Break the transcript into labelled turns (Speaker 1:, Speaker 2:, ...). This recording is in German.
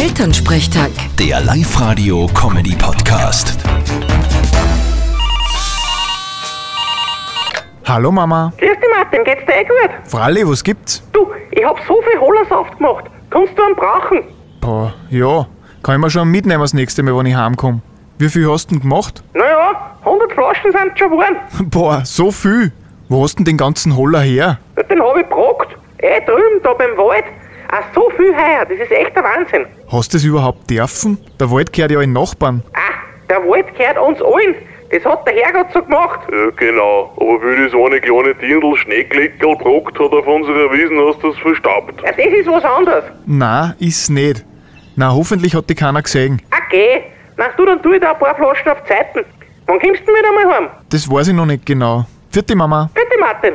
Speaker 1: Elternsprechtag.
Speaker 2: Der Live-Radio-Comedy-Podcast.
Speaker 3: Hallo Mama.
Speaker 4: Grüß dich, Martin, geht's dir eh gut?
Speaker 3: Fralli, was gibt's?
Speaker 4: Du, ich hab so viel Hollersaft gemacht. Kannst du einen brauchen?
Speaker 3: Boah, ja, kann ich mir schon mitnehmen das nächste Mal, wenn ich heimkomme. Wie viel hast du denn gemacht?
Speaker 4: Naja, 100 Flaschen sind schon geworden.
Speaker 3: Boah, so viel. Wo hast du denn den ganzen Holler her?
Speaker 4: Ja, Den hab ich brockt. Eh drüben, da beim Wald. Ah, so viel heuer, das ist echt der Wahnsinn.
Speaker 3: Hast du das überhaupt dürfen? Der Wald gehört ja in Nachbarn.
Speaker 4: Ah, der Wald gehört uns allen. Das hat der Herrgott so gemacht.
Speaker 5: Ja, genau. Aber für das eine kleine Dirndl Schneekleckerl brockt hat auf unserer Wiesen hast du es verstaubt.
Speaker 4: Ja, das ist was anderes.
Speaker 3: Na, ist nicht. Na, hoffentlich hat die keiner gesehen.
Speaker 4: Ah, geh. Na, du, dann tu ich da ein paar Flaschen auf Zeiten. Wann kommst du denn wieder mal heim?
Speaker 3: Das weiß ich noch nicht genau. Vierte Mama.
Speaker 4: Bitte, Martin.